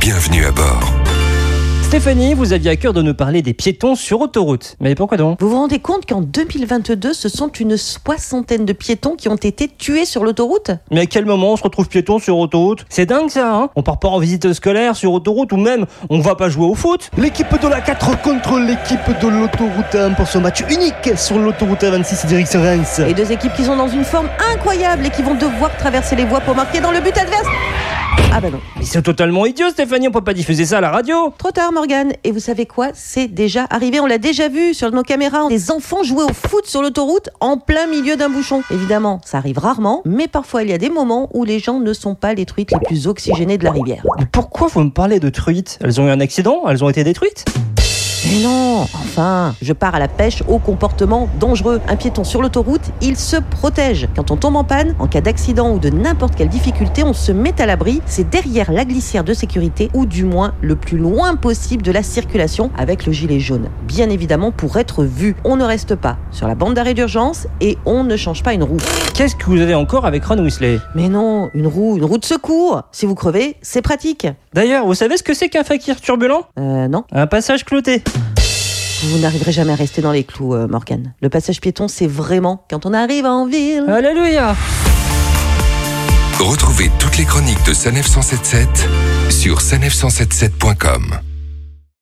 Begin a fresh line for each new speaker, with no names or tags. Bienvenue à bord.
Stéphanie, vous aviez à cœur de nous parler des piétons sur autoroute. Mais pourquoi donc
Vous vous rendez compte qu'en 2022, ce sont une soixantaine de piétons qui ont été tués sur l'autoroute
Mais à quel moment on se retrouve piéton sur autoroute C'est dingue ça, hein On part pas en visite scolaire sur autoroute ou même on va pas jouer au foot
L'équipe de la 4 contre l'équipe de l'autoroute 1 pour ce match unique sur l'autoroute 26 direction Reims.
Et deux équipes qui sont dans une forme incroyable et qui vont devoir traverser les voies pour marquer dans le but adverse. Ah bah non.
Mais c'est totalement idiot Stéphanie, on peut pas diffuser ça à la radio
Trop tard, Morgane. Et vous savez quoi C'est déjà arrivé. On l'a déjà vu sur nos caméras. Des enfants jouaient au foot sur l'autoroute en plein milieu d'un bouchon. Évidemment, ça arrive rarement, mais parfois il y a des moments où les gens ne sont pas les truites les plus oxygénées de la rivière.
Mais pourquoi vous me parlez de truites Elles ont eu un accident Elles ont été détruites
Mais non Enfin, je pars à la pêche au comportement dangereux. Un piéton sur l'autoroute, il se protège. Quand on tombe en panne, en cas d'accident ou de n'importe quelle difficulté, on se met à l'abri. C'est derrière la glissière de sécurité, ou du moins le plus loin possible de la circulation, avec le gilet jaune. Bien évidemment, pour être vu, on ne reste pas sur la bande d'arrêt d'urgence et on ne change pas une roue.
Qu'est-ce que vous avez encore avec Ron Weasley
Mais non, une roue, une roue de secours. Si vous crevez, c'est pratique.
D'ailleurs, vous savez ce que c'est qu'un fakir turbulent
Euh, non.
Un passage clouté.
Vous n'arriverez jamais à rester dans les clous, euh, Morgane. Le passage piéton, c'est vraiment quand on arrive en ville.
Alléluia
Retrouvez toutes les chroniques de Sanef 177 sur sanef177.com.